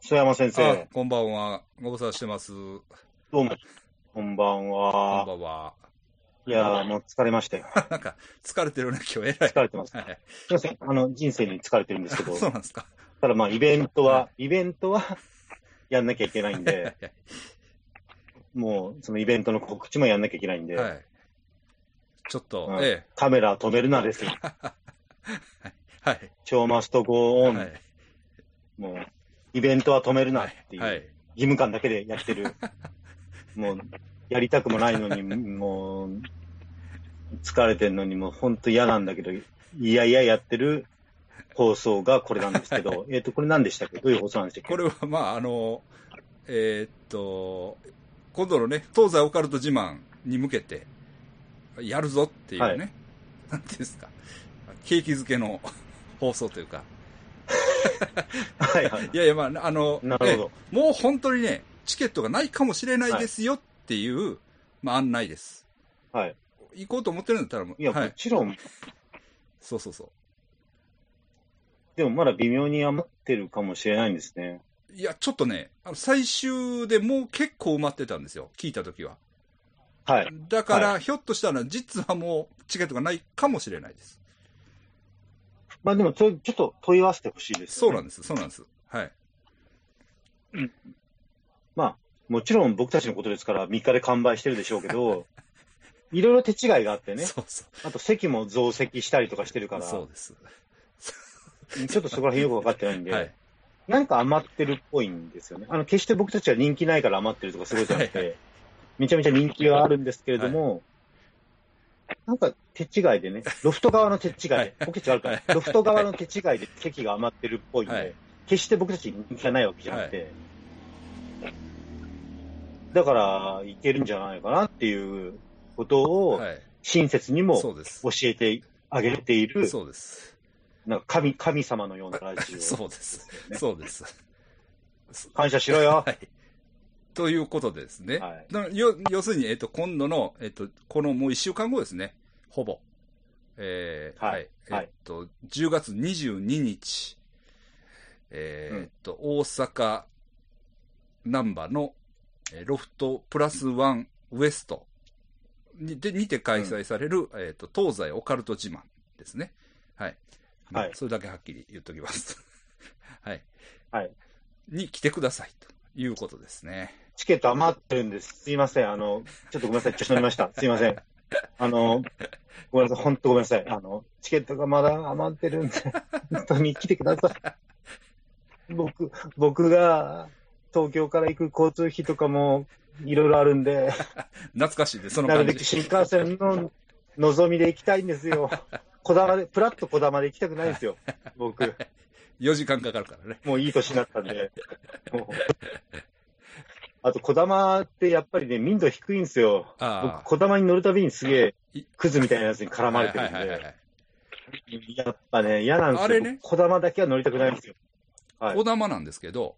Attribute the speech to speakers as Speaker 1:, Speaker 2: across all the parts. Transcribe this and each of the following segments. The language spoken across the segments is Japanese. Speaker 1: 曽山先生
Speaker 2: あ、こんばんは。ご無沙汰してます。
Speaker 1: どうも、こんばん
Speaker 2: こん
Speaker 1: は。
Speaker 2: ばんは。
Speaker 1: いやー、もう疲れましたよ。
Speaker 2: なんか、疲れてるね、今日。えらい。
Speaker 1: 疲れてます。す
Speaker 2: はい
Speaker 1: いません、あの、人生に疲れてるんですけど、
Speaker 2: そうなんですか。
Speaker 1: ただまあ、イベントは、イベントはやんなきゃいけないんで、 もう、そのイベントの告知もやんなきゃいけないんで、
Speaker 2: はい。ちょっと、
Speaker 1: うん
Speaker 2: ええ。
Speaker 1: カメラ止めるなですよ。
Speaker 2: はい。
Speaker 1: 超マストゴーオン、
Speaker 2: はい。
Speaker 1: もう、イベントは止めるなっていう、
Speaker 2: はい。
Speaker 1: 義務感だけでやって る、もう、やりたくもないのに、もう、疲れてるのに、もう本当嫌なんだけど、いやいややってる放送がこれなんですけど、 えっと、これ何でしたっけどういう放送なんでしたっけ
Speaker 2: これは、まあ、あの、えーっと、今度のね、東西オカルト自慢に向けて、やるぞっていうね、
Speaker 1: はい
Speaker 2: なんていうんですか、景気づけの放送というか、
Speaker 1: はいはい
Speaker 2: い。やいや、まあ、あの、
Speaker 1: なるほど。
Speaker 2: ええもう本当にね、チケットがないかもしれないですよっていう、まあ、案内です。
Speaker 1: はい。
Speaker 2: 行こうと思ってるんだったらもう、
Speaker 1: いや、
Speaker 2: は
Speaker 1: も
Speaker 2: い、
Speaker 1: ちろん、
Speaker 2: そうそうそう。
Speaker 1: でもまだ微妙に余ってるかもしれないんですね。
Speaker 2: いや、ちょっとね、あの最終でもう結構埋まってたんですよ、聞いたときは。
Speaker 1: はい。
Speaker 2: だから、ひょっとしたら、実はもうチケットがないかもしれないです。
Speaker 1: まあでも、それちょっと問い合わせてほしいです、
Speaker 2: そうなん
Speaker 1: ん
Speaker 2: です、そうなんです。はい。
Speaker 1: もちろん僕たちのことですから、3日で完売してるでしょうけ ど、いろいろ手違いがあってね、
Speaker 2: そうそう。
Speaker 1: あと席も増席したりとかしてるから、
Speaker 2: そうです。
Speaker 1: ちょっとそこら辺よく分かってないんで、
Speaker 2: はい。
Speaker 1: なんか余ってるっぽいんですよね。あの、決して僕たちは人気ないから余ってるとかすごいじゃなく
Speaker 2: はい
Speaker 1: て、めちゃめちゃ人気はあるんですけれども、なんか手違いでね、ロフト側の手違い
Speaker 2: はい
Speaker 1: で、僕たちがあるから、ロフト側の手違いで席が余ってるっぽいんで、
Speaker 2: はい
Speaker 1: 決して僕たちに人気がないわけじゃなくて、だから、いけるんじゃないかなっていうことを
Speaker 2: はい。
Speaker 1: 親切にも
Speaker 2: そ
Speaker 1: 教
Speaker 2: うです。
Speaker 1: えてあげている、
Speaker 2: そうです。
Speaker 1: なんか神神様のようなラジオ。
Speaker 2: そうです。
Speaker 1: ね
Speaker 2: そうです。
Speaker 1: 感謝しろよ。
Speaker 2: はい。ということでですね。
Speaker 1: はい
Speaker 2: だからよ要するに、えっと、今度の、えっと、このもう1週間後ですね。ほぼ。えー、
Speaker 1: はいはい
Speaker 2: えっと、10月22日、えー
Speaker 1: うん
Speaker 2: えっと、大阪、難波の、えーロフトプラスワンウエストにでにて開催される、えっと、東西オカルト自慢ですね。はい。
Speaker 1: はい
Speaker 2: それだけはっきり言っと きます。はい。
Speaker 1: はい。
Speaker 2: に来てくださいということですね。
Speaker 1: チケット余ってるんです。すいません。あの、ちょっとごめんなさい。調子乗りました。すいません。あの、ごめんなさい。本当ごめんなさい。あの、チケットがまだ余ってるんで、本当に来てください。僕、僕が東京から行く交通費とかもいろいろあるんで、
Speaker 2: 懐かしいで、その
Speaker 1: なる
Speaker 2: 感
Speaker 1: べ
Speaker 2: じ
Speaker 1: く。新幹線ののぞみで行きたいんですよ。こだまで、プラッとこだまで行きたくないですよ。僕、
Speaker 2: 4時間かかるからね。
Speaker 1: もういい年になったんで。もうあと、こだまってやっぱりね、民度低いんですよ。僕
Speaker 2: あ、あ。
Speaker 1: こだまに乗るたびにすげ
Speaker 2: い
Speaker 1: え、クズみたいなやつに絡まれてるん
Speaker 2: はいはいはいは
Speaker 1: で、
Speaker 2: い
Speaker 1: やっぱね、嫌なんですよ。
Speaker 2: あれね
Speaker 1: 僕こだまだけは乗りたくないんですよ。はい
Speaker 2: 小玉なんですけど、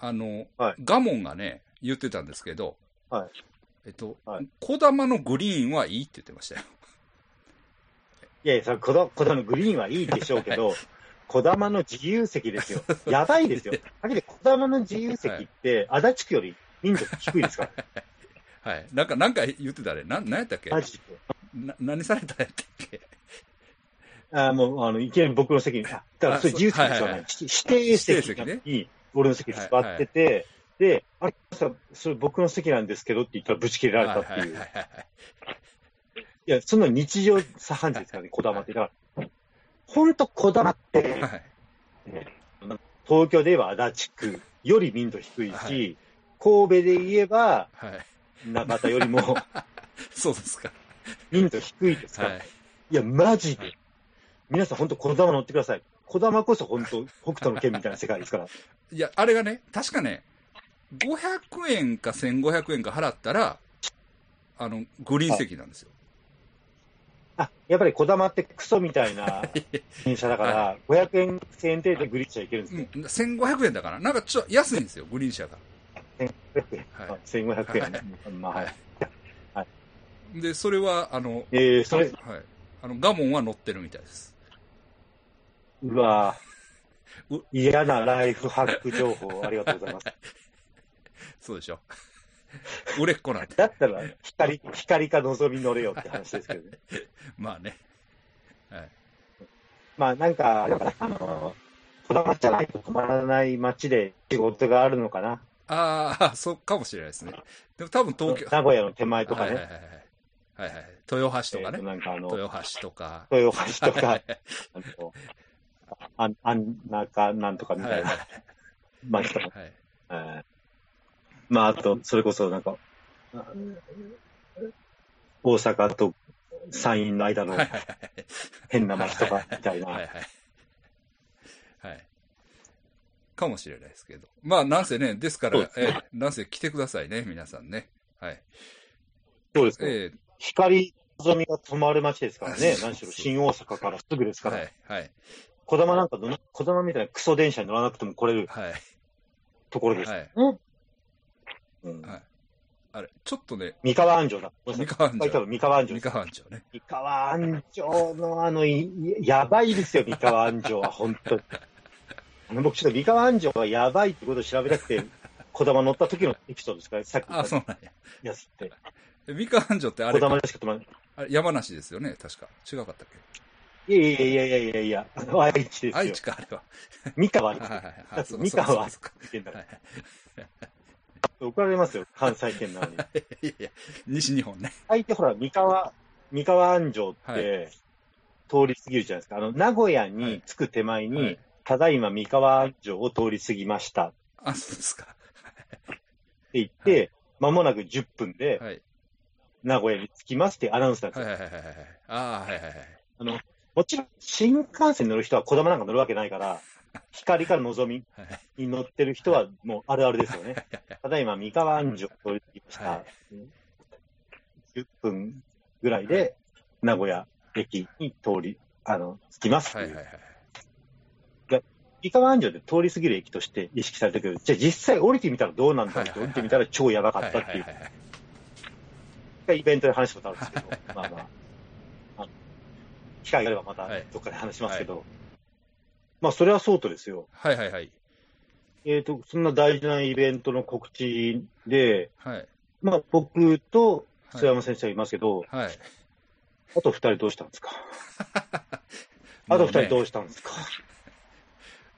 Speaker 2: あの、
Speaker 1: はい
Speaker 2: ガモンがね、言ってたんですけど、
Speaker 1: はい
Speaker 2: えっと、
Speaker 1: はい
Speaker 2: 小玉のグリーンはいいって言ってましたよ。
Speaker 1: いやいや、それこだこだまのグリーンはいいでしょうけど、こだまの自由席ですよ。やばいです よ。だけど、こだまの自由席って、足立区より民度低いです から、
Speaker 2: はい。なんか、なんか言ってたね。なん、なんやったっけ
Speaker 1: マジで。
Speaker 2: な何されたんやったっけ
Speaker 1: あーもう、あの、いきなり僕の席に、あだからそれ
Speaker 2: あ
Speaker 1: 自由席ですよ
Speaker 2: そうはいはいは
Speaker 1: ね
Speaker 2: い。
Speaker 1: し指定席なのに、俺の席に座ってて、で、あれ、さそれ僕の席なんですけどって言ったらぶち切れられたっていう
Speaker 2: は。いはいはい
Speaker 1: や、その日常茶飯事ですからね、こだまって。だから、ほんとこだまっ
Speaker 2: い
Speaker 1: て、
Speaker 2: はい。はい。
Speaker 1: 東京で言えば足立区より民度低いし、
Speaker 2: はい
Speaker 1: 神戸で言えば
Speaker 2: はい。
Speaker 1: 中田より も
Speaker 2: そうですか。
Speaker 1: 民度低いですから、、
Speaker 2: はいい。
Speaker 1: や、マジで、皆さんほんとこだま乗ってください。こだまこそ本当北斗の剣みたいな世界ですから。
Speaker 2: いや、あれがね、確かね、500円か1500円か払ったら、あの、グリーン席なんですよ。
Speaker 1: あ、やっぱりこだまってクソみたい な電車だから、500円、1000円程度でグリッチはいけるんです
Speaker 2: う
Speaker 1: よ
Speaker 2: ん、1500円だから。なんかちょっと安いんですよ、グリーン車が。はい
Speaker 1: はい1500円、まあ、
Speaker 2: はい。
Speaker 1: は
Speaker 2: で、それは、あの、
Speaker 1: えー、それ、
Speaker 2: はい。あの、ガモンは乗ってるみたいです。
Speaker 1: うわ嫌なライフハック情報ありがとうございます。
Speaker 2: そうでしょ。 売れっ子なんで。
Speaker 1: だったら、光、光かのぞみ乗れよって話ですけどね。
Speaker 2: まあね。はい。
Speaker 1: まあなんか、あれかなあの、こだわっちゃないと止まらない街で仕事があるのかな。
Speaker 2: ああ、そうかもしれないですね。でも多分東京。
Speaker 1: 名古屋の手前とか
Speaker 2: はいはい
Speaker 1: ね。
Speaker 2: はいはい。はいはい。豊橋とか
Speaker 1: えー
Speaker 2: ね。
Speaker 1: なんかあの、
Speaker 2: 豊橋とか。
Speaker 1: 豊橋と
Speaker 2: は
Speaker 1: か
Speaker 2: い、はい
Speaker 1: あの、ああんなんか、なんとかみ
Speaker 2: は
Speaker 1: た
Speaker 2: い
Speaker 1: いな街とか。
Speaker 2: はい。
Speaker 1: えーまあ、あと、それこそなんか、あ大阪と山陰の間の
Speaker 2: はいはいはい。
Speaker 1: 変な街とかみたい
Speaker 2: は
Speaker 1: な。
Speaker 2: いはい。はい。かもしれないですけど。まあ、なんせね、ですか
Speaker 1: そ
Speaker 2: ら、
Speaker 1: うです
Speaker 2: ええなんせ来てくださいね、皆さんね。はい。
Speaker 1: そうですね。
Speaker 2: ええ
Speaker 1: 光のぞみが止まる街ですからね。
Speaker 2: そう
Speaker 1: 何しろ新大阪からすぐですか
Speaker 2: は
Speaker 1: ら。
Speaker 2: い、はい、
Speaker 1: こだまなんか乗ら、こだまみたいなクソ電車に乗らなくても来れる
Speaker 2: はい、
Speaker 1: ところです。
Speaker 2: はい。
Speaker 1: うん
Speaker 2: はいあれ、ちょっとね、
Speaker 1: 三河安城だ。
Speaker 2: 三
Speaker 1: 三
Speaker 2: 河安
Speaker 1: 河
Speaker 2: 城。
Speaker 1: 三河安城
Speaker 2: 三。河安城ね。
Speaker 1: 三河安城のあの、いやばいですよ、三河安城は、本当に。あの僕、ちょっと三河安城がやばいってことを調べたくて、こだま乗った時のエピソードですから、さっき
Speaker 2: あ、
Speaker 1: の
Speaker 2: そうなんや。
Speaker 1: やつって。
Speaker 2: え三河安城ってあ
Speaker 1: こ
Speaker 2: れ
Speaker 1: だ
Speaker 2: か
Speaker 1: までしか止まらない。
Speaker 2: あれ山梨ですよね、確か。違かったっ
Speaker 1: いやいやいやいやいやいや、あの愛知で
Speaker 2: け
Speaker 1: す
Speaker 2: 愛
Speaker 1: よ
Speaker 2: 知。か、あれは。
Speaker 1: 三河
Speaker 2: は
Speaker 1: 愛
Speaker 2: い
Speaker 1: 知
Speaker 2: は
Speaker 1: で
Speaker 2: いはい
Speaker 1: だ
Speaker 2: は
Speaker 1: っ
Speaker 2: い。
Speaker 1: て
Speaker 2: そうか
Speaker 1: 三河は
Speaker 2: そうか
Speaker 1: す県だ
Speaker 2: そうか
Speaker 1: か
Speaker 2: は
Speaker 1: ら
Speaker 2: い
Speaker 1: 怒られますよ、関西圏なのに。
Speaker 2: はいいやいや、西日本ね。
Speaker 1: 相手ほら、三河、三河安城って、
Speaker 2: はい
Speaker 1: 通り過ぎるじゃないですか。あの、名古屋
Speaker 2: はい
Speaker 1: に着く手前に、
Speaker 2: はい
Speaker 1: ただいま三河安城を通り過ぎましたって
Speaker 2: あ、そうですか。
Speaker 1: 言って、間もなく10分で
Speaker 2: はい。
Speaker 1: 名古屋に着きますってアナウンスなんです
Speaker 2: はい
Speaker 1: よ。
Speaker 2: はいはいはいはい。ああ、はいはいはい。
Speaker 1: もちろん、新幹線に乗る人はこだまなんか乗るわけない から、光からのぞみ
Speaker 2: はい
Speaker 1: に乗ってる人はもうあるあるですよね。ただいま三河安城通り過ぎました。
Speaker 2: は
Speaker 1: 10分ぐらいで名古屋駅に通り、あの、着きますって
Speaker 2: はいいうはいはい。
Speaker 1: 三河安城で通り過ぎる駅として意識されたけど、じゃあ実際降りてみたらどうなんだろうって、
Speaker 2: はいはいはい
Speaker 1: 降りてみたら超やばか
Speaker 2: は
Speaker 1: っ
Speaker 2: い
Speaker 1: た
Speaker 2: は
Speaker 1: ってい
Speaker 2: いうは、いはい。
Speaker 1: 一回イベントで話したことあるんですけど、まあまあ、あの機会があればまたどっかで話しますけど、まあそれはそうとですよ。
Speaker 2: はいはいはい。
Speaker 1: えっ、と、そんな大事なイベントの告知で、
Speaker 2: はい。
Speaker 1: まあ僕と
Speaker 2: はい
Speaker 1: 須山先生がいますけど、
Speaker 2: はい。
Speaker 1: あと二人どうしたんですかあと二人
Speaker 2: もう
Speaker 1: ど
Speaker 2: ね
Speaker 1: うしたんですか、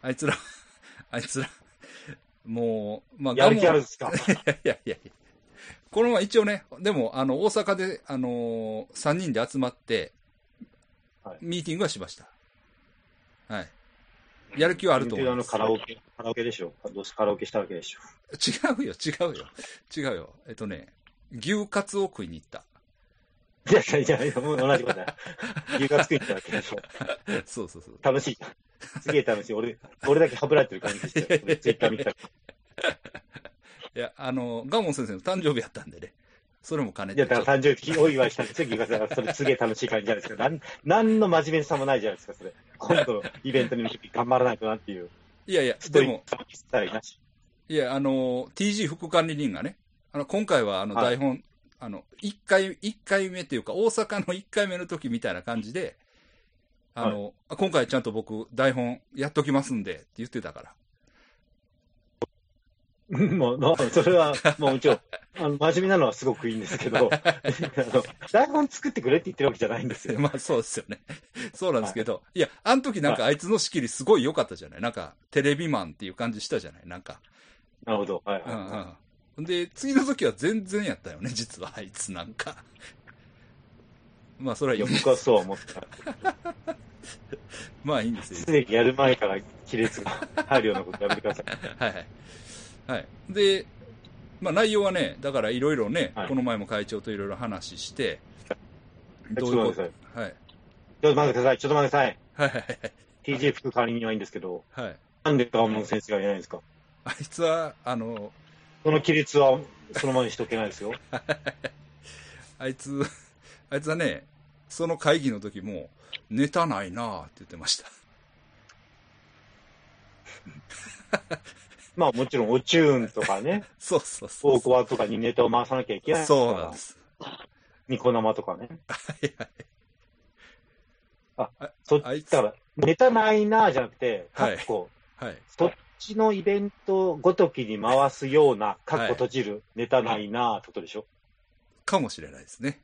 Speaker 2: あいつら、あいつら、もう、ま
Speaker 1: やる気あ
Speaker 2: 我
Speaker 1: る
Speaker 2: 慢
Speaker 1: んですか
Speaker 2: いやいやいやいや。このまま一応ね、でも、あの、大阪で、あのー、3人で集まって
Speaker 1: はい、
Speaker 2: ミーティングはしました。はい。やる気はあると思い
Speaker 1: あ
Speaker 2: ま
Speaker 1: の
Speaker 2: す。
Speaker 1: カラオケ、カラオケでしょどうせカラオケしたわけでしょ
Speaker 2: 違うよ、違うよ。違うよ。えっとね、牛カツを食いに行った。
Speaker 1: いやいやいや、もう同じことだよ。 牛角作りに行ったわけでしょ。
Speaker 2: そうそうそう。
Speaker 1: 楽しいじゃん。すげえ楽しい。俺、俺だけはぶられてる感じでしたよ。俺ツイッター見てたから
Speaker 2: いや、あの、ガモン先生の誕生日やったんでね。それも兼ね
Speaker 1: いや、
Speaker 2: て。
Speaker 1: だから誕生日お祝いしたんですよ、牛角さんが。それすげえ楽しい感じじゃないですか。なん、なんの真面目さもないじゃないですか、それ。今度のイベントに向けて頑張らないとなっていう。
Speaker 2: いやいや、
Speaker 1: スト
Speaker 2: で
Speaker 1: イッ
Speaker 2: も、
Speaker 1: クさも一切なし。
Speaker 2: いや、あの、TG 副管理人がね、あの、今回はあの
Speaker 1: は
Speaker 2: 台
Speaker 1: い
Speaker 2: 本、あの、一回、一回目っていうか、大阪の一回目の時みたいな感じで、あの、あ今回ちゃんと僕、台本やっときますんで、って言ってたから。
Speaker 1: もう、もうそれは、もうもちろん、あの、真面目なのはすごくいいんですけ ど、あの、台本作ってくれって言ってるわけじゃないんですよ。
Speaker 2: まあそうですよね。そうなんですけど、い、や、あの時なんかあいつの仕切りすごい良かったじゃないなんかテレビマンっていう感じしたじゃないなんか。
Speaker 1: なるほど。はい、
Speaker 2: う
Speaker 1: はい
Speaker 2: んうん。ほんで、次の時は全然やったよね、実はあいつなんか。まあそれはいいい
Speaker 1: や
Speaker 2: んで
Speaker 1: 僕は
Speaker 2: す。
Speaker 1: そうは思った。
Speaker 2: まあいいん です
Speaker 1: す
Speaker 2: よ。
Speaker 1: でにやる前から亀裂が入るようなことやめてください。
Speaker 2: はいはい。はい。で、まあ内容はね、だからいろいろね、
Speaker 1: はい
Speaker 2: この前も会長といろいろ 話して、
Speaker 1: ちょ
Speaker 2: ど
Speaker 1: っ
Speaker 2: う
Speaker 1: と
Speaker 2: いう
Speaker 1: 待っ
Speaker 2: こ
Speaker 1: てください。
Speaker 2: とはい。
Speaker 1: ちょっと待ってください。ちょっと待ってください。
Speaker 2: はいはい
Speaker 1: TJ 副管理人はいいんですけど、
Speaker 2: はい。はい。
Speaker 1: なんで川本先生がいないんですか
Speaker 2: あいつは、あの、
Speaker 1: その亀裂はそのままにしとけないですよ。
Speaker 2: あいつ、 あいつはね、その会議の時も、ネタないなあって言ってました。
Speaker 1: まあもちろん、おチューンとかね、
Speaker 2: そうそうそ
Speaker 1: 大
Speaker 2: う。
Speaker 1: コアとかにネタを回さなきゃいけない。
Speaker 2: そうなんです。
Speaker 1: ニコ生とかね。
Speaker 2: はいはい。
Speaker 1: そっ
Speaker 2: あい
Speaker 1: ち
Speaker 2: つ
Speaker 1: だから、ネタないなぁじゃなくて、
Speaker 2: は
Speaker 1: か
Speaker 2: い
Speaker 1: っこ、
Speaker 2: はい。
Speaker 1: そっちのイベントごときに回すような、かっこ閉じるネタないなあってことでし ょ。
Speaker 2: かもしれないですね。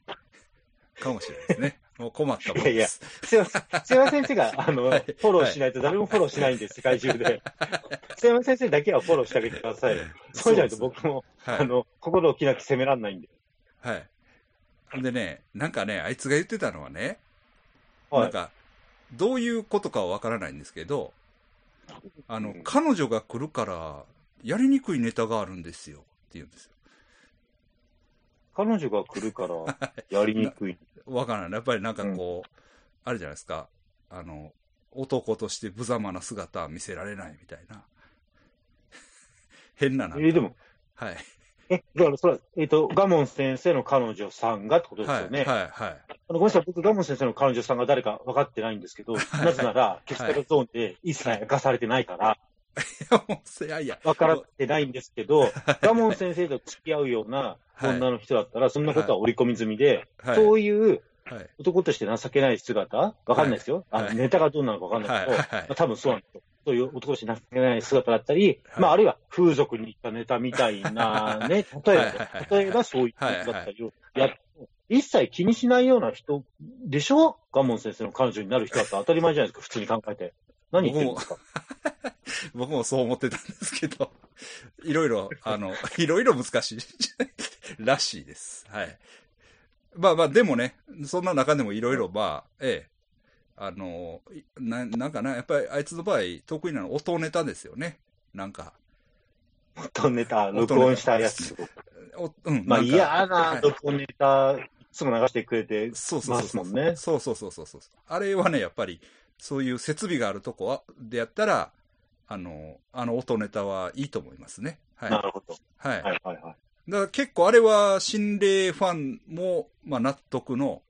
Speaker 2: かもしれないですね。もう困ったもん
Speaker 1: いやい
Speaker 2: で
Speaker 1: や
Speaker 2: す。
Speaker 1: すいません、すいません先生が、あの、フ
Speaker 2: はい
Speaker 1: ォローしないと誰もフォローしないんで、世界中 で。すいません先生だけはフォローしてあげてください。そうじゃないと僕も、
Speaker 2: はい
Speaker 1: あ。の、心置きなく責められないんで。
Speaker 2: はい。でね、なんかね、あいつが言ってたのはね、
Speaker 1: は
Speaker 2: なん
Speaker 1: い。
Speaker 2: か、どういうことかはわからないんですけど、あの、
Speaker 1: うん
Speaker 2: 彼女が来るから、やりにくいネタがあるんですよ、って言うんですよ。
Speaker 1: 彼女が来る から、やりにくい。
Speaker 2: わからない。やっぱりなんかこう、あるじゃないですか。あの、男として無様な姿は見せられないみたいな。 変ななんか
Speaker 1: え、でも、
Speaker 2: はい。
Speaker 1: え、だからそれは、えっ、と、ガモン先生の彼女さんがってことです
Speaker 2: は
Speaker 1: よ
Speaker 2: い。
Speaker 1: ね。
Speaker 2: はい。はい。
Speaker 1: あのごめんなさい、僕、ガモン先生の彼女さんが誰か分かってないんですけど、なぜなら、消しカルゾーンで一切明かされてないから、
Speaker 2: いや、もうせやいや。
Speaker 1: 分からってないんですけど、ガモン先生と付き合うような
Speaker 2: はい
Speaker 1: 女の人だったら、そんなことは織り込み済みで、
Speaker 2: はい。
Speaker 1: そういう
Speaker 2: はい。
Speaker 1: 男として情けない姿、分かんないですよ、あ
Speaker 2: はい
Speaker 1: の
Speaker 2: はい
Speaker 1: ネタがどうなのか分かんないけど、
Speaker 2: はいはい
Speaker 1: まあ多分そうなんですよ。そういう男として情けない姿だったり、
Speaker 2: はい
Speaker 1: まあ、あるいは風俗に行ったネタみたいなね、例え
Speaker 2: はいはい
Speaker 1: ば
Speaker 2: はい、
Speaker 1: 例えばそういうことだったりをやって、一切気にしないような人でしょガモン先生の彼女になる人だったら当たり前じゃないですか、普通に考えて。何言ってるんですか
Speaker 2: 僕もそう思ってたんですけど、いろいろ、あの、 いろいろ難しい らしいです。はい。まあまあ、でもね、そんな中でもいろいろ、まあ、ええ、あの、いななんかな、やっぱりあいつの場合、得意なの音ネタですよね。なんか、
Speaker 1: 音ネタ、録音したやつ。
Speaker 2: おうん、
Speaker 1: まあ
Speaker 2: なんか
Speaker 1: 嫌
Speaker 2: は
Speaker 1: ない録音ネタ、いつも流してくれて、
Speaker 2: そうそうそうそう。
Speaker 1: ますもんね
Speaker 2: そうそうそうそうそう。あれはね、やっぱり、そういう設備があるとこはでやったら、あの、あの音ネタはいいと思いますね。はい。
Speaker 1: なるほど。
Speaker 2: はい。
Speaker 1: はいはいはい。
Speaker 2: だから結構あれは心霊ファンも、まあ、納得の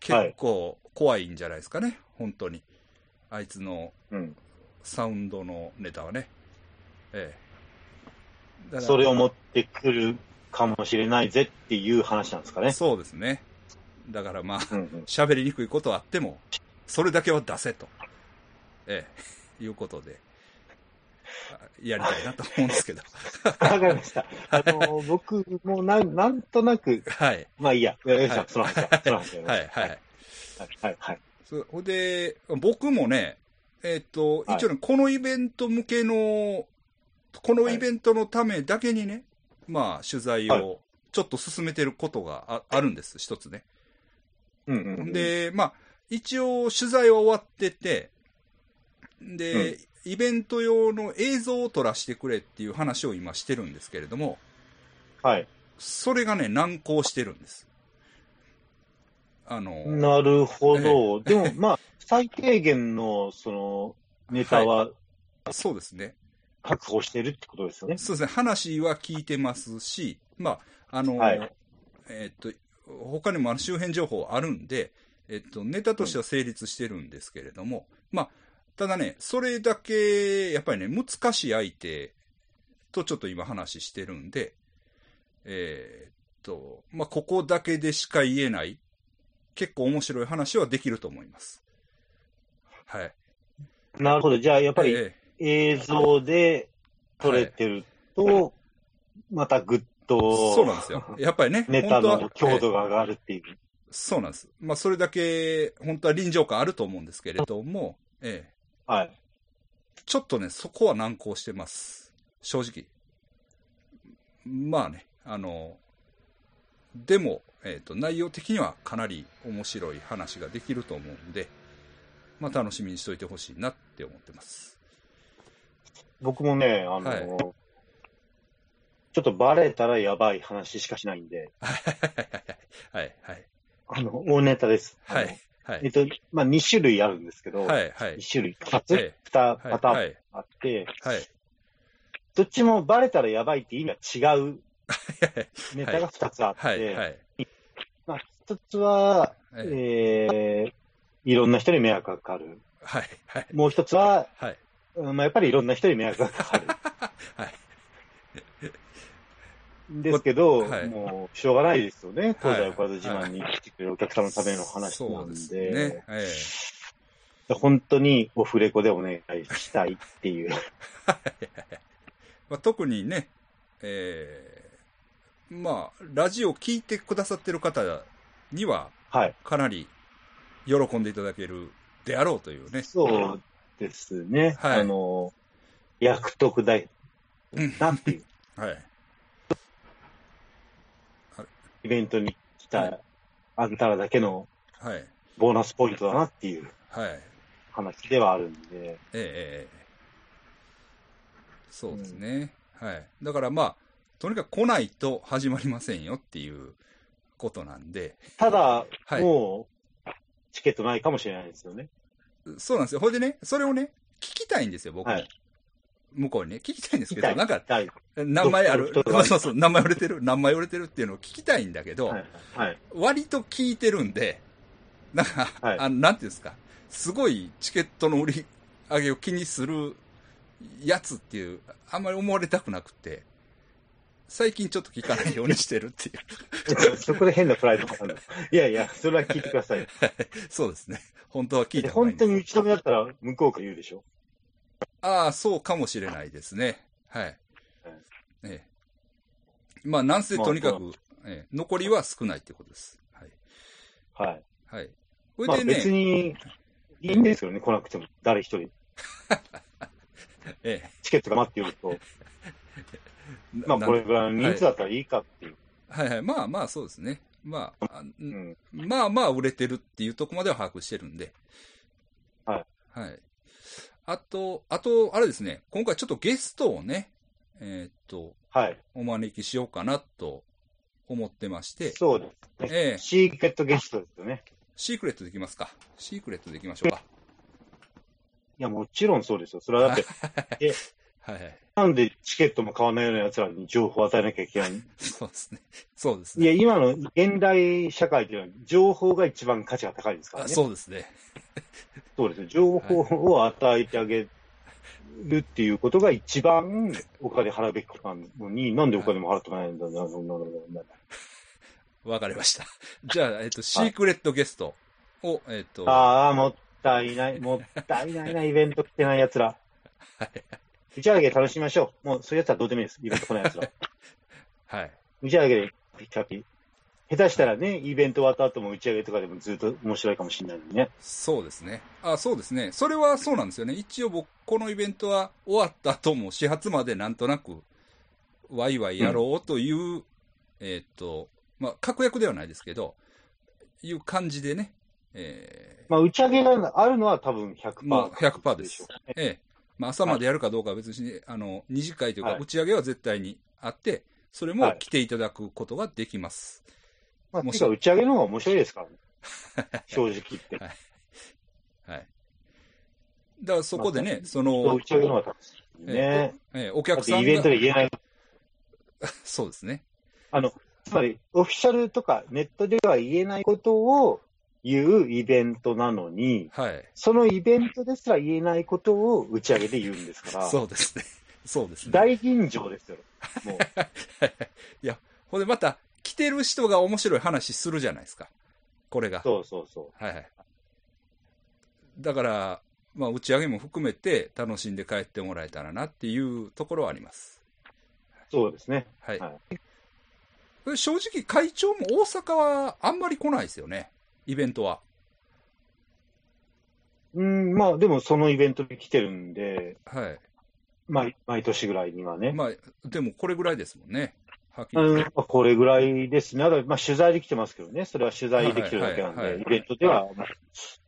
Speaker 2: 結構怖いんじゃないですかね、本当にあいつの
Speaker 1: うん。
Speaker 2: サウンドのネタはねええだから
Speaker 1: それを持ってくるかもしれないぜっていう話なんですかね。
Speaker 2: そうですねだからまあ
Speaker 1: うんうん、
Speaker 2: 喋りにくいことはあってもそれだけは出せとええいうことであやりたいなと思うんですけど
Speaker 1: わかりま した。あの、僕もなん、なんとなく、
Speaker 2: はい
Speaker 1: まあいいや、いやい
Speaker 2: はい
Speaker 1: やその話は、その話は。
Speaker 2: はいはい
Speaker 1: はいはい。
Speaker 2: そうほんで、僕もね、えっと、
Speaker 1: はい
Speaker 2: 一応ね、このイベント向けの、このイベントのためだけにね、まあ、取材
Speaker 1: は
Speaker 2: をちょっと進めてることがああるんです、一つね。
Speaker 1: うんうんうん、
Speaker 2: で、まあ、一応、取材は終わってて、で、イベント用の映像を撮らせてくれっていう話を今してるんですけれども、
Speaker 1: はい。
Speaker 2: それがね、難航してるんです。あの、
Speaker 1: なるほど。でも、まあ、最低限の、その、ネタは
Speaker 2: そうですね。
Speaker 1: 確保してるってことですよね。
Speaker 2: そうですね、話は聞いてますし、まあ、あの、
Speaker 1: はい
Speaker 2: えっと、他にもあの周辺情報あるんで、えっと、ネタとしては成立してるんですけれども、まあ、ただね、それだけ、やっぱりね、難しい相手とちょっと今話してるんで、えーっと、まあ、ここだけでしか言えない、結構面白い話はできると思います。はい。やっ
Speaker 1: なるほど。じゃあ、やっぱり映像で撮れてると、またぐっと、
Speaker 2: そうなんですよ。やっぱりね、
Speaker 1: ネタ
Speaker 2: 本当は
Speaker 1: の強度が上がるっていう。
Speaker 2: そうなんです。まあ、それだけ、本当は臨場感あると思うんですけれども、ええ、
Speaker 1: はい。
Speaker 2: ちょっとね、そこは難航してます。正直。まあね、あの、でも、えっ、と、内容的にはかなり面白い話ができると思うんで、まあ、楽しみにしといてほしいなって思ってます。
Speaker 1: 僕もね、あの、
Speaker 2: はい
Speaker 1: ちょっとバレたらやばい話しかしないんで、
Speaker 2: はいはいはいはい。
Speaker 1: あの、大ネタです。
Speaker 2: は
Speaker 1: あの
Speaker 2: い。はい。は
Speaker 1: えっ
Speaker 2: い。
Speaker 1: と、まあ、2種類あるんですけど、
Speaker 2: はい。はい。
Speaker 1: 1種類、2
Speaker 2: え
Speaker 1: つ
Speaker 2: え、
Speaker 1: 2
Speaker 2: はい。
Speaker 1: パタ
Speaker 2: は
Speaker 1: ーン
Speaker 2: い。
Speaker 1: あって、
Speaker 2: はい。
Speaker 1: どっちもバレたらやばいって意味が違うネタが2つあっ
Speaker 2: はい。は
Speaker 1: て、
Speaker 2: い。
Speaker 1: まあ、1つは、
Speaker 2: え
Speaker 1: え
Speaker 2: え
Speaker 1: ー、いろんな人に迷惑がかかる。
Speaker 2: はい。はい。
Speaker 1: もう1つは、
Speaker 2: はい。
Speaker 1: うんまあ、やっぱりいろんな人に迷惑がかかる。
Speaker 2: はい。
Speaker 1: ですけど、
Speaker 2: はい
Speaker 1: もう、しょうがないですよね。東西
Speaker 2: はい
Speaker 1: おかず自慢に来てくれるお客様のための話なんで。
Speaker 2: そうですね。ええ
Speaker 1: 本当にオフレコでお願いしたいって いう。
Speaker 2: まあ、特にね、えーまあ、ラジオ聞いてくださってる方には、
Speaker 1: はい。
Speaker 2: かなり喜んでいただけるであろうというね。
Speaker 1: そうですね。
Speaker 2: はい
Speaker 1: あの、役得だい
Speaker 2: うん。
Speaker 1: なっていう
Speaker 2: はい。
Speaker 1: イベントに来たあんたらだけの
Speaker 2: はい。
Speaker 1: ボーナスポイントだなっていう
Speaker 2: はい。え
Speaker 1: 話ではあるんで、
Speaker 2: えええそうですね、はい。だからまあ、とにかく来ないと始まりませんよっていうことなんで、
Speaker 1: ただ、
Speaker 2: はい
Speaker 1: もうチケットないかもしれないですよね。
Speaker 2: そうなんですよ。ほいでね、それをね、聞きたいんですよ、僕も。
Speaker 1: はい
Speaker 2: 向こうにね、聞きたいんですけ
Speaker 1: 聞
Speaker 2: ど、
Speaker 1: き
Speaker 2: なんか、
Speaker 1: はい。
Speaker 2: 何枚ある
Speaker 1: ど、ど
Speaker 2: そうそうそう、何枚売れてる、何枚売れてるっていうのを聞きたいんだけど、
Speaker 1: はい。はい。
Speaker 2: 割と聞いてるんで、なんか、
Speaker 1: はい
Speaker 2: あのなんていうんですか、すごいチケットの売り上げを気にするやつっていう、あんまり思われたくなくて、最近ちょっと聞かないようにしてるってい う。
Speaker 1: そこで変なプライドがあるのいやいや、それは聞いてください。
Speaker 2: そうですね。本当は聞い
Speaker 1: で
Speaker 2: た方がい
Speaker 1: 本当
Speaker 2: いんです。
Speaker 1: に打ち止めだったら向こうから言うでしょ。
Speaker 2: ああ、そうかもしれないですね。はい。
Speaker 1: はい
Speaker 2: ええ、まあ、なんせ
Speaker 1: まあ
Speaker 2: とにか
Speaker 1: そう
Speaker 2: く、ええ、残りは少ないってことです。はい。
Speaker 1: はい。
Speaker 2: はい。こ
Speaker 1: まあ
Speaker 2: れでね、
Speaker 1: 別にいいんですよね、来なくても。誰一人。
Speaker 2: ええ
Speaker 1: チケットが待ってる と。まあ
Speaker 2: な
Speaker 1: これぐらいの人数だったらいいかっていう。
Speaker 2: はいはい。まあまあ、そうですね。まあ、あ
Speaker 1: うんん。
Speaker 2: まあまあ売れてるっていうとこまでは把握してるんで。。
Speaker 1: はい
Speaker 2: はい。あと、あと、あれですね、今回ちょっとゲストをね、えーっと、
Speaker 1: はい。
Speaker 2: お招きしようかなと思ってまして、
Speaker 1: そうですね。
Speaker 2: ええ
Speaker 1: シークレットゲストですよね。
Speaker 2: シークレットできますか。シークレットできましょうか。
Speaker 1: いや、もちろんそうですよ。それはだって、
Speaker 2: はいはい。
Speaker 1: なんでチケットも買わないような奴らに情報を与えなきゃいけない。い
Speaker 2: そうですね。そうですね。
Speaker 1: や、今の現代社会というのは、情報が一番価値が高いですから
Speaker 2: あ
Speaker 1: ね。
Speaker 2: そうですね。
Speaker 1: そうですよ。情報を与えてあげるっていうことが一番お金払うべきことなのに、なんでお金も払ってないんだろうな、そんなのな
Speaker 2: わかりました。 じゃあ、えっと、シークレットゲストを、えっと、は
Speaker 1: ああ、もったいない、もったいないな、イベント来てない奴ら。打ち上げ楽しみましょう。もう、そういう奴はどうでもいいです。イベント来ない奴ら。
Speaker 2: い。
Speaker 1: 打ち上げで、ピッカピ。下手したらね、イベント終わった後も打ち上げとかでもずっと面白いかもしれないのにね。
Speaker 2: そうですね。あ、そうですね。それはそうなんですよね。一応僕、このイベントは終わった後も始発までなんとなく、ワイワイやろうという、えーっと、まあ、確約ではないですけど、いう感じでね、えー
Speaker 1: まあ、打ち上げがあるのは多分100%。
Speaker 2: まあ100%です
Speaker 1: ょうね。
Speaker 2: ええまあ、朝までやるかどうかは別に、あの、二次会というか、
Speaker 1: はい
Speaker 2: 打ち上げは絶対にあって、それも来ていただくことができます。
Speaker 1: まあ、
Speaker 2: もう
Speaker 1: てか、打ち上げの方が面白いですからね。正直言って。
Speaker 2: はい。だからそこでね、その
Speaker 1: 打、ち上げの方が楽しいね。
Speaker 2: えええお
Speaker 1: だっ
Speaker 2: 客
Speaker 1: て
Speaker 2: さ
Speaker 1: イ
Speaker 2: ん
Speaker 1: ベント
Speaker 2: が、
Speaker 1: で言えない。
Speaker 2: そうですね。
Speaker 1: あの、つまり、オフィシャルとかネットでは言えないことを言うイベントなのに、
Speaker 2: はい。
Speaker 1: そのイベントですら言えないことを打ち上げで言うんですから、
Speaker 2: そうですね。 そうですね。
Speaker 1: 大吟醸ですよ。も う、
Speaker 2: ほんでまた、来てる人が面白い話するじゃないですか。これが。
Speaker 1: そうそうそ
Speaker 2: はいはい。だから、まあ、打ち上げも含めて楽しんで帰ってもらえたらなっていうところはあります。
Speaker 1: う。そうですね。
Speaker 2: はい。
Speaker 1: は
Speaker 2: これ正直、会長も大阪はあんまり来ないですよね。イベントは。
Speaker 1: うん、まあ、でもそのイベントに来てるんで、
Speaker 2: はい。
Speaker 1: まあ、毎年ぐらいにはね。
Speaker 2: まあ、でもこれぐらいですもんね。はっきり
Speaker 1: うん、
Speaker 2: 言
Speaker 1: ま
Speaker 2: って
Speaker 1: あこれぐらいですね。あとまあ、取材できてますけどね。それは取材できてるだけなん
Speaker 2: はいは
Speaker 1: で、
Speaker 2: いはい
Speaker 1: イベントでは、ま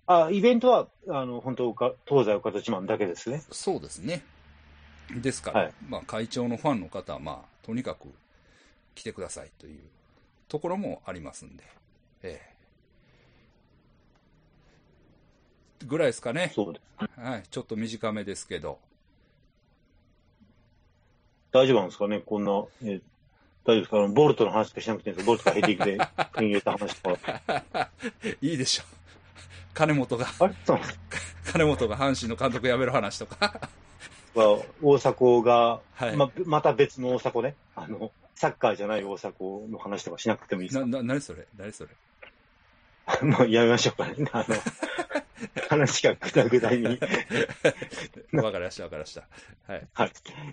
Speaker 1: あ、あイベントは、あの、本当おか、東西岡田自慢だけですね。
Speaker 2: そうですね。ですから、
Speaker 1: はい
Speaker 2: まあ、会長のファンの方は、まあ、とにかく来てくださいというところもありますんで、ええ。ぐらいですかね。
Speaker 1: そうです。
Speaker 2: はい。ちょっと短めですけど。
Speaker 1: 大丈夫なんですかね、こんな、えー大丈夫ですかあの、ボルトの話しかしなくていいんですかボルトがヘディング で国入れた話とか。
Speaker 2: いいでしょう。金本が、
Speaker 1: あれそうなんです
Speaker 2: 金本が阪神の監督辞める話とか。
Speaker 1: か大迫が、
Speaker 2: はい
Speaker 1: ま、また別の大迫ね、あの、サッカーじゃない大迫の話とかしなくてもいいです
Speaker 2: な、
Speaker 1: か
Speaker 2: な、何それ何それ
Speaker 1: もうやめましょうかね。あの、話がぐだぐだに
Speaker 2: わかりました、わかりました。はい。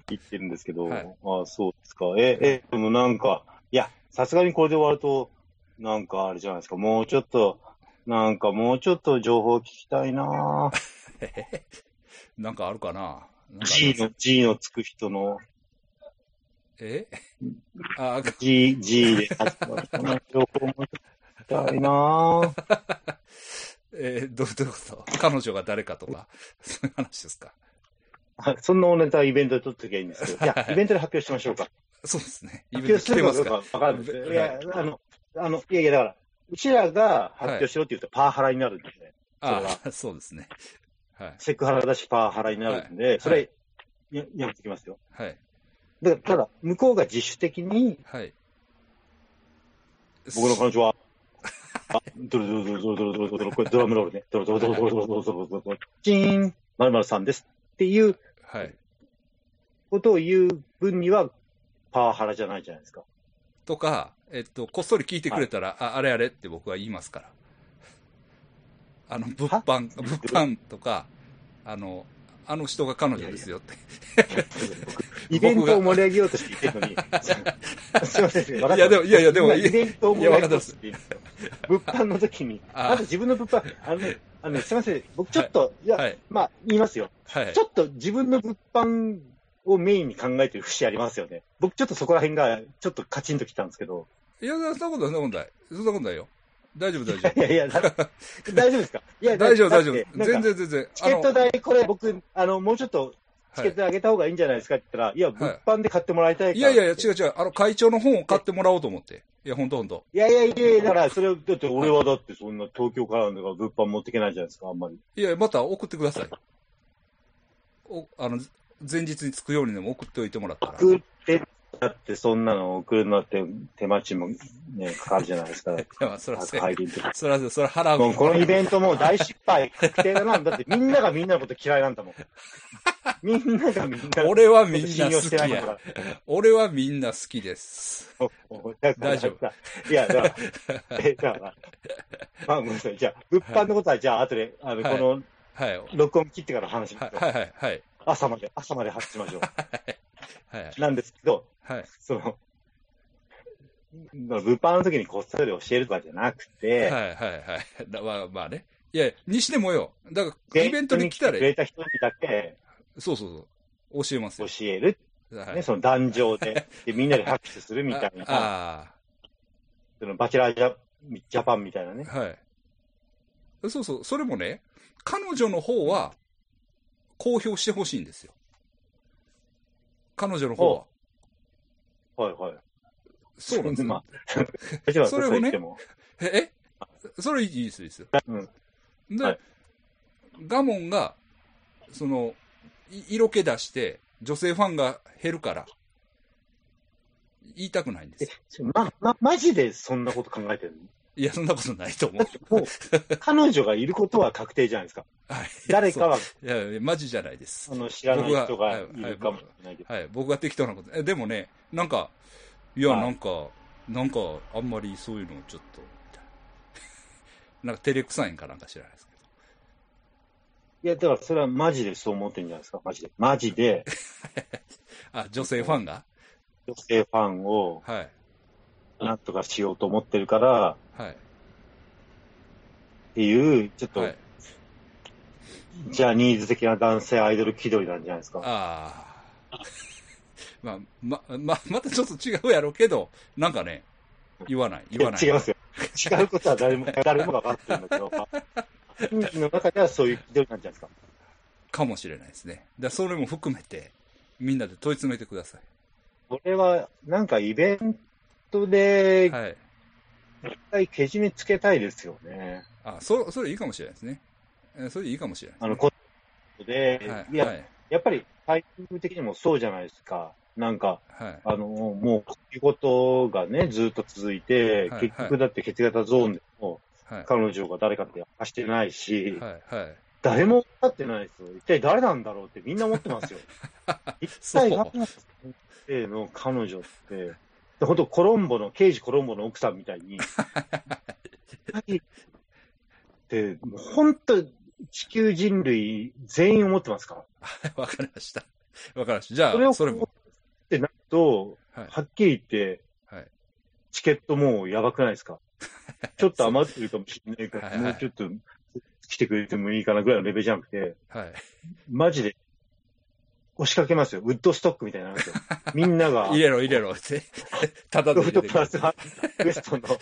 Speaker 1: 言ってるんですけど、
Speaker 2: はい
Speaker 1: ああ、そうですか。え、え、でもなんか、いや、さすがにこれで終わると、なんかあれじゃないですか、もうちょっと、なんかもうちょっと情報聞きたい なぁ
Speaker 2: なんかあるかななんかあり
Speaker 1: G
Speaker 2: ます
Speaker 1: の、G のつく人の、
Speaker 2: え あ、
Speaker 1: G、G で始まる人の情報も聞きたいな ぁ
Speaker 2: えーどうどういうこと彼女が誰かとか、 そういう話ですか。
Speaker 1: はいそんなおネタはイベントで撮ってきゃいいんですけど、いや
Speaker 2: は、い
Speaker 1: イベントで発表しましょうか。
Speaker 2: そうですね。イ
Speaker 1: 発
Speaker 2: ベン
Speaker 1: 表する
Speaker 2: ト来て
Speaker 1: か
Speaker 2: ま
Speaker 1: ど
Speaker 2: す
Speaker 1: うかわか
Speaker 2: か
Speaker 1: らないです。いや、あの、あの、いやいや、だから、うちらが発表しろって言うとパワハラになるんで、
Speaker 2: あ あ、そうですね。はい。
Speaker 1: セクハラだしパワハラになるんで、それ、ややめてきますよ。
Speaker 2: はい。
Speaker 1: だから、ただ、向こうが自主的に、
Speaker 2: はい。
Speaker 1: 僕の彼女は、あ、ドロドロドロドロドロドロドロ、これドラムロールね、ドロドロドロドロドロドロドロドロ、チーン、まるまるさんですっていう
Speaker 2: はい。
Speaker 1: ことを言う分には、パワハラじゃないじゃないですか。
Speaker 2: とか、えっと、こっそり聞いてくれたら、あ、あれあれって僕は言いますから。あの、物販、物販とか、あの、あの人が彼女ですよって。
Speaker 1: イベントを盛り上げようとして言ってるのに、すいませんすいません、
Speaker 2: いやでもいやいやでも
Speaker 1: 今イベントを盛り上げようとして言ってるんですよ物販の時に、
Speaker 2: あ
Speaker 1: まず自分の物販、あのね、あのねすいません、僕ちょっと、いや、
Speaker 2: はい。
Speaker 1: まあ、言いますよ。
Speaker 2: はい
Speaker 1: ち。ょっと自分の物販をメインに考えてる節ありますよね。僕ちょっとそこら辺が、ちょっとカチンときたんですけど。
Speaker 2: いや、そんなことない、そんなことない。そんなことないよ。大丈夫、大丈
Speaker 1: いやいや、だ大丈夫ですかいや、
Speaker 2: 夫。大丈夫、
Speaker 1: だって
Speaker 2: 大丈夫。
Speaker 1: なん
Speaker 2: 全
Speaker 1: か
Speaker 2: 然、全然。
Speaker 1: チケット代、これ僕、あの、もうちょっとチ
Speaker 2: あ
Speaker 1: ケ
Speaker 2: の
Speaker 1: ットあげた方がいいんじゃないですかって言ったら、い、や、物販で買ってもらいた
Speaker 2: はいい、い
Speaker 1: から
Speaker 2: や
Speaker 1: って。
Speaker 2: いやいや、違う違う。あの、会長の本を買ってもらおうと思って。いや、ほんとほんと。
Speaker 1: いやいやいやいや、だから、それ、だって俺はだってそんな東京からなんだから物販持ってけないじゃないですか、あんまり。
Speaker 2: いや、また送ってください。お、あの、前日に着くようにでも送っておいてもらったら。
Speaker 1: 送って、だってそんなの送るのって手間賃もね、かかるじゃないですか。
Speaker 2: いや、まあそらそうや
Speaker 1: 入りとか。
Speaker 2: そらそうそら払う。
Speaker 1: もうこのイベントもう大失敗確定だ な。だってみんながみんなのこと嫌いなんだもん。みんながみんなのこ
Speaker 2: 俺はみん
Speaker 1: と
Speaker 2: な
Speaker 1: 信用して
Speaker 2: 好
Speaker 1: ない
Speaker 2: き
Speaker 1: んだか
Speaker 2: や。
Speaker 1: ら。
Speaker 2: 俺はみんな好きです。
Speaker 1: だから
Speaker 2: 大丈夫
Speaker 1: さいや、だから、えだから、まあ、ごめんなさい。じゃあ、物販のことは、じゃあ、後で、あの、
Speaker 2: はい
Speaker 1: この、
Speaker 2: はい。
Speaker 1: 録音切ってから話しま
Speaker 2: は
Speaker 1: し
Speaker 2: い
Speaker 1: ょう。
Speaker 2: はいはいはい。
Speaker 1: 朝まで、朝まで話しましょう。
Speaker 2: はい
Speaker 1: なんですけど、
Speaker 2: はい。
Speaker 1: その、物販の時にこっそり教えるとかじゃなくて、
Speaker 2: はいはいはい。だまあまあね。いや、にしてもよ。だから、
Speaker 1: で
Speaker 2: イベントに来たら
Speaker 1: く、れた人にだけ
Speaker 2: そうそうそう。教えます
Speaker 1: 教
Speaker 2: よ。
Speaker 1: える、ね
Speaker 2: はい。
Speaker 1: その壇上 でで、みんなで拍手するみたいな、
Speaker 2: あ
Speaker 1: そのバチェラージャジャパンみたいなね
Speaker 2: あ。ー、はい。そうそう。それもね、彼女の方は、公表してほしいんですよ。彼女の方は。
Speaker 1: はいはい。
Speaker 2: そうなんです
Speaker 1: まあ
Speaker 2: よ。、
Speaker 1: バ チェラー
Speaker 2: それをね
Speaker 1: 言っても。
Speaker 2: ええそれいいです、いいですよ。
Speaker 1: うん
Speaker 2: で、
Speaker 1: はい
Speaker 2: ガモンが、その、い色気出して、女性ファンが減るから、言いたくないんですよ。
Speaker 1: ま、ま、マジでそんなこと考えてる
Speaker 2: いや、そんなことないと思う。
Speaker 1: のもう、彼女がいることは確定じゃないですか。
Speaker 2: はい、
Speaker 1: 誰かは、
Speaker 2: そういや、マジじゃないです
Speaker 1: あ。の、知らない人がいるかもしれないけど。
Speaker 2: はい、僕が適当なこと。えでもね、なんか、いや、
Speaker 1: はい
Speaker 2: なんか、なんか、あんまりそういうのちょっと、みたいな。なん か、照れくさいんかなんか知らないですけど。
Speaker 1: いや、だからそれはマジでそう思ってるんじゃないですか、マジで。マジで、
Speaker 2: あ、女性ファンが
Speaker 1: 女性ファンを、
Speaker 2: はい、
Speaker 1: なんとかしようと思ってるから
Speaker 2: はい、
Speaker 1: っていう、ちょっと
Speaker 2: はい。
Speaker 1: ジャニーズ的な男性アイドル気取りなんじゃないですか。
Speaker 2: ああ。 まあ、ま、ま、 またちょっと違うやろうけど、なんかね、言 わない、言わない。
Speaker 1: 違いますよ。違うことは 誰も、誰もが分かってるんだけど、本人の中ではそういう気取りなんじゃないですか。
Speaker 2: かもしれないですね。だそれも含めて、みんなで問い詰めてくださ
Speaker 1: これは、なんかイベント
Speaker 2: い。
Speaker 1: で、
Speaker 2: はい。
Speaker 1: 一回けじめつけたいですよね。
Speaker 2: あ、そ、それいいかもしれないですね。えーそれいいかもしれない
Speaker 1: あの、こで、
Speaker 2: はい。
Speaker 1: いや、
Speaker 2: はい。
Speaker 1: やっぱり、タイミング的にもそうじゃないですか。なんか、
Speaker 2: はい。
Speaker 1: あの、もう、仕事がね、ずっと続いて、
Speaker 2: はい
Speaker 1: 結局だって血型ゾーンでも、
Speaker 2: はい。
Speaker 1: 彼女が誰かって明かしてないし、
Speaker 2: はい。はい。
Speaker 1: 誰も分かってないですよ。一体誰なんだろうってみんな思ってます よ。一体誰なんですか先生の彼女って、本当コロンボの、刑事コロンボの 奥さんみたいに、はい。で、もう本当、地球人類全員思ってますから。
Speaker 2: わかりました。わかりました。じゃあ、
Speaker 1: そ
Speaker 2: そ
Speaker 1: れ
Speaker 2: れ
Speaker 1: を
Speaker 2: も。
Speaker 1: ってなると、
Speaker 2: はい。
Speaker 1: はっきり言って、
Speaker 2: はい。
Speaker 1: チケットもうやばくないです かちょっと余ってるかもしれないから、
Speaker 2: はいは
Speaker 1: も
Speaker 2: いう
Speaker 1: ちょっと来てくれてもいいかなぐらいのレベルじゃなくて、
Speaker 2: はい。
Speaker 1: マジで押しかけますよ。ウッドストックみたいになる んですよ。みんなが
Speaker 2: 入、れろ、入れろって。 ただ
Speaker 1: ロ
Speaker 2: で
Speaker 1: フト
Speaker 2: 入れて
Speaker 1: プ
Speaker 2: くれ
Speaker 1: ラスワンウエストの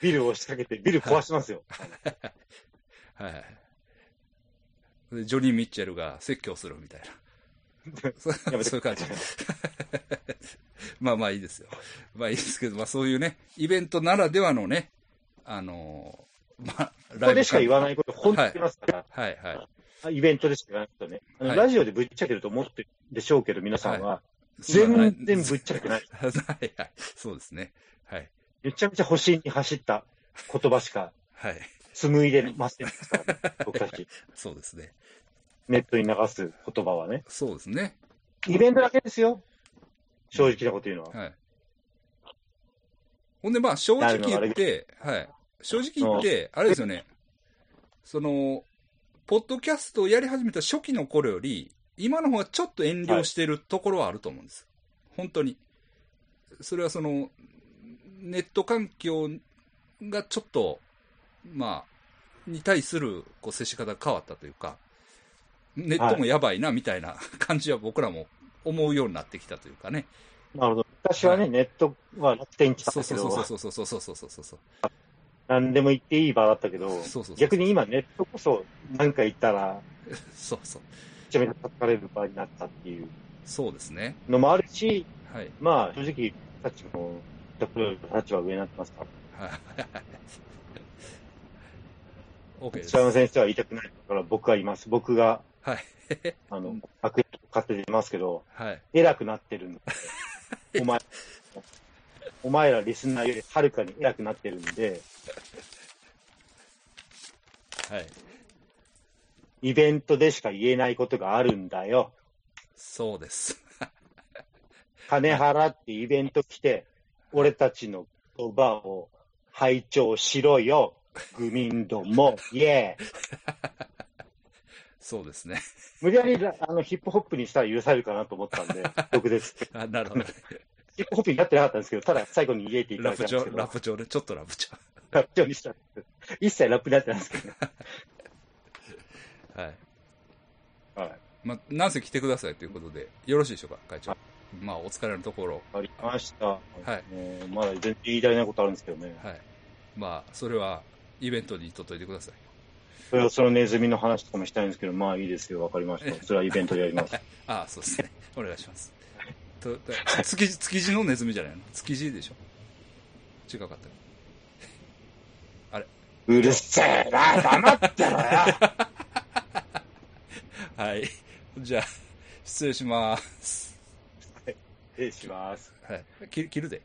Speaker 1: ビルを押しかけて、ビル壊しますよ。
Speaker 2: はいはい。でジョニー・ミッチェルが説教する みたいな。そ
Speaker 1: やめて
Speaker 2: そういう感じ。 まあまあいいですよ。まあいいですけど、まあそういうね、イベントならではのね、あのーまあ、
Speaker 1: ここでしか言わ
Speaker 2: ない。
Speaker 1: ないこと、本当に言いますから、
Speaker 2: はいは
Speaker 1: イベントでしか言わないことね。あの
Speaker 2: はい
Speaker 1: ラジオでぶっちゃけると思ってるでしょうけど、皆さんは、
Speaker 2: い。
Speaker 1: 全然ぶっちゃけない。
Speaker 2: はいはい。そうですね。はい。
Speaker 1: めちゃめちゃ星に走った言葉しか
Speaker 2: はい。
Speaker 1: 紡いでませんから、 ね、僕たち、
Speaker 2: そうですね。
Speaker 1: ネットに流す言葉はね。
Speaker 2: そうですね。
Speaker 1: イベントだけですよ。正直なこと言うのは。
Speaker 2: はい。ほんで、まあ、正直
Speaker 1: な
Speaker 2: 言
Speaker 1: るほ
Speaker 2: っ
Speaker 1: ど
Speaker 2: て、はい。正直言って、あれですよね。その、ポッドキャストをやり始めた初期の頃より、今の方がちょっと遠慮してるところはあると思うんです。本当に。それはその、ネット環境がちょっと、まあ、に対するこう接し方が変わったというか、ネットもやばいなみたいな感じは僕らも思うようになってきたというかね。
Speaker 1: なるほど。私はね、
Speaker 2: はい
Speaker 1: ネットは楽天に来たん
Speaker 2: そ
Speaker 1: だ
Speaker 2: う
Speaker 1: け
Speaker 2: そうそ
Speaker 1: ど、
Speaker 2: うそうそうそうそうそうそうそうそう。
Speaker 1: 何でも言っていい場だったけど
Speaker 2: そうそうそう、
Speaker 1: 逆に今ネットこそ何か言ったら、
Speaker 2: そうそう。
Speaker 1: めちゃめちゃ叩かれる場になったっていう
Speaker 2: そうですね。
Speaker 1: のもあるし、
Speaker 2: はい。
Speaker 1: まあ正直、たちも、立場上になってますから。
Speaker 2: はい。OK です。
Speaker 1: 北
Speaker 2: は
Speaker 1: 山先生は言いたくないから僕は言います。僕が、
Speaker 2: い。
Speaker 1: あの、悪役を勝手に言いますけど、
Speaker 2: はい。
Speaker 1: 偉くなって るんで、お前、お前らリスナーよりはるかに偉くなってるんで、
Speaker 2: はい。
Speaker 1: イベントでしか言えないことがあるんだよ。
Speaker 2: そうです。
Speaker 1: 金払ってイベント来て、俺たちの言葉を拝聴しろよ、愚民ども、イエーイ。
Speaker 2: そうですね。
Speaker 1: 無理やりラあのヒップホップにしたら許されるかなと思ったんで、 毒です。
Speaker 2: あなるほど。
Speaker 1: ヒップホップになってなかったんですけど、ただ最後にイエーって言
Speaker 2: ラ
Speaker 1: った
Speaker 2: ップ
Speaker 1: だけなんです
Speaker 2: 調
Speaker 1: け、ど
Speaker 2: ラップ調で、ちょっとラップ調。
Speaker 1: ラップにしたんです一切ラップになってないんですけどね。
Speaker 2: はい。
Speaker 1: はい。
Speaker 2: まあ、なんせ来てくださいということで、よろしいでしょうか、会長。まあ、お疲れのところ、。
Speaker 1: ありました。はいね、まだ全然言い足りないことあるんですけどね。
Speaker 2: はい。まあ、それは、イベントにとっといてください。
Speaker 1: それはそのネズミの話とかもしたいんですけど、まあいいですよ。わかりました。それはイベントでやり ます。
Speaker 2: ああ、そうですね。 お願いします。とと築地、築地のネズミじゃないの築地でしょ違かったっけ
Speaker 1: うるせえな黙ってろよ
Speaker 2: はい。じゃあ、失礼します。
Speaker 1: 失礼します。
Speaker 2: はい。切る切るで。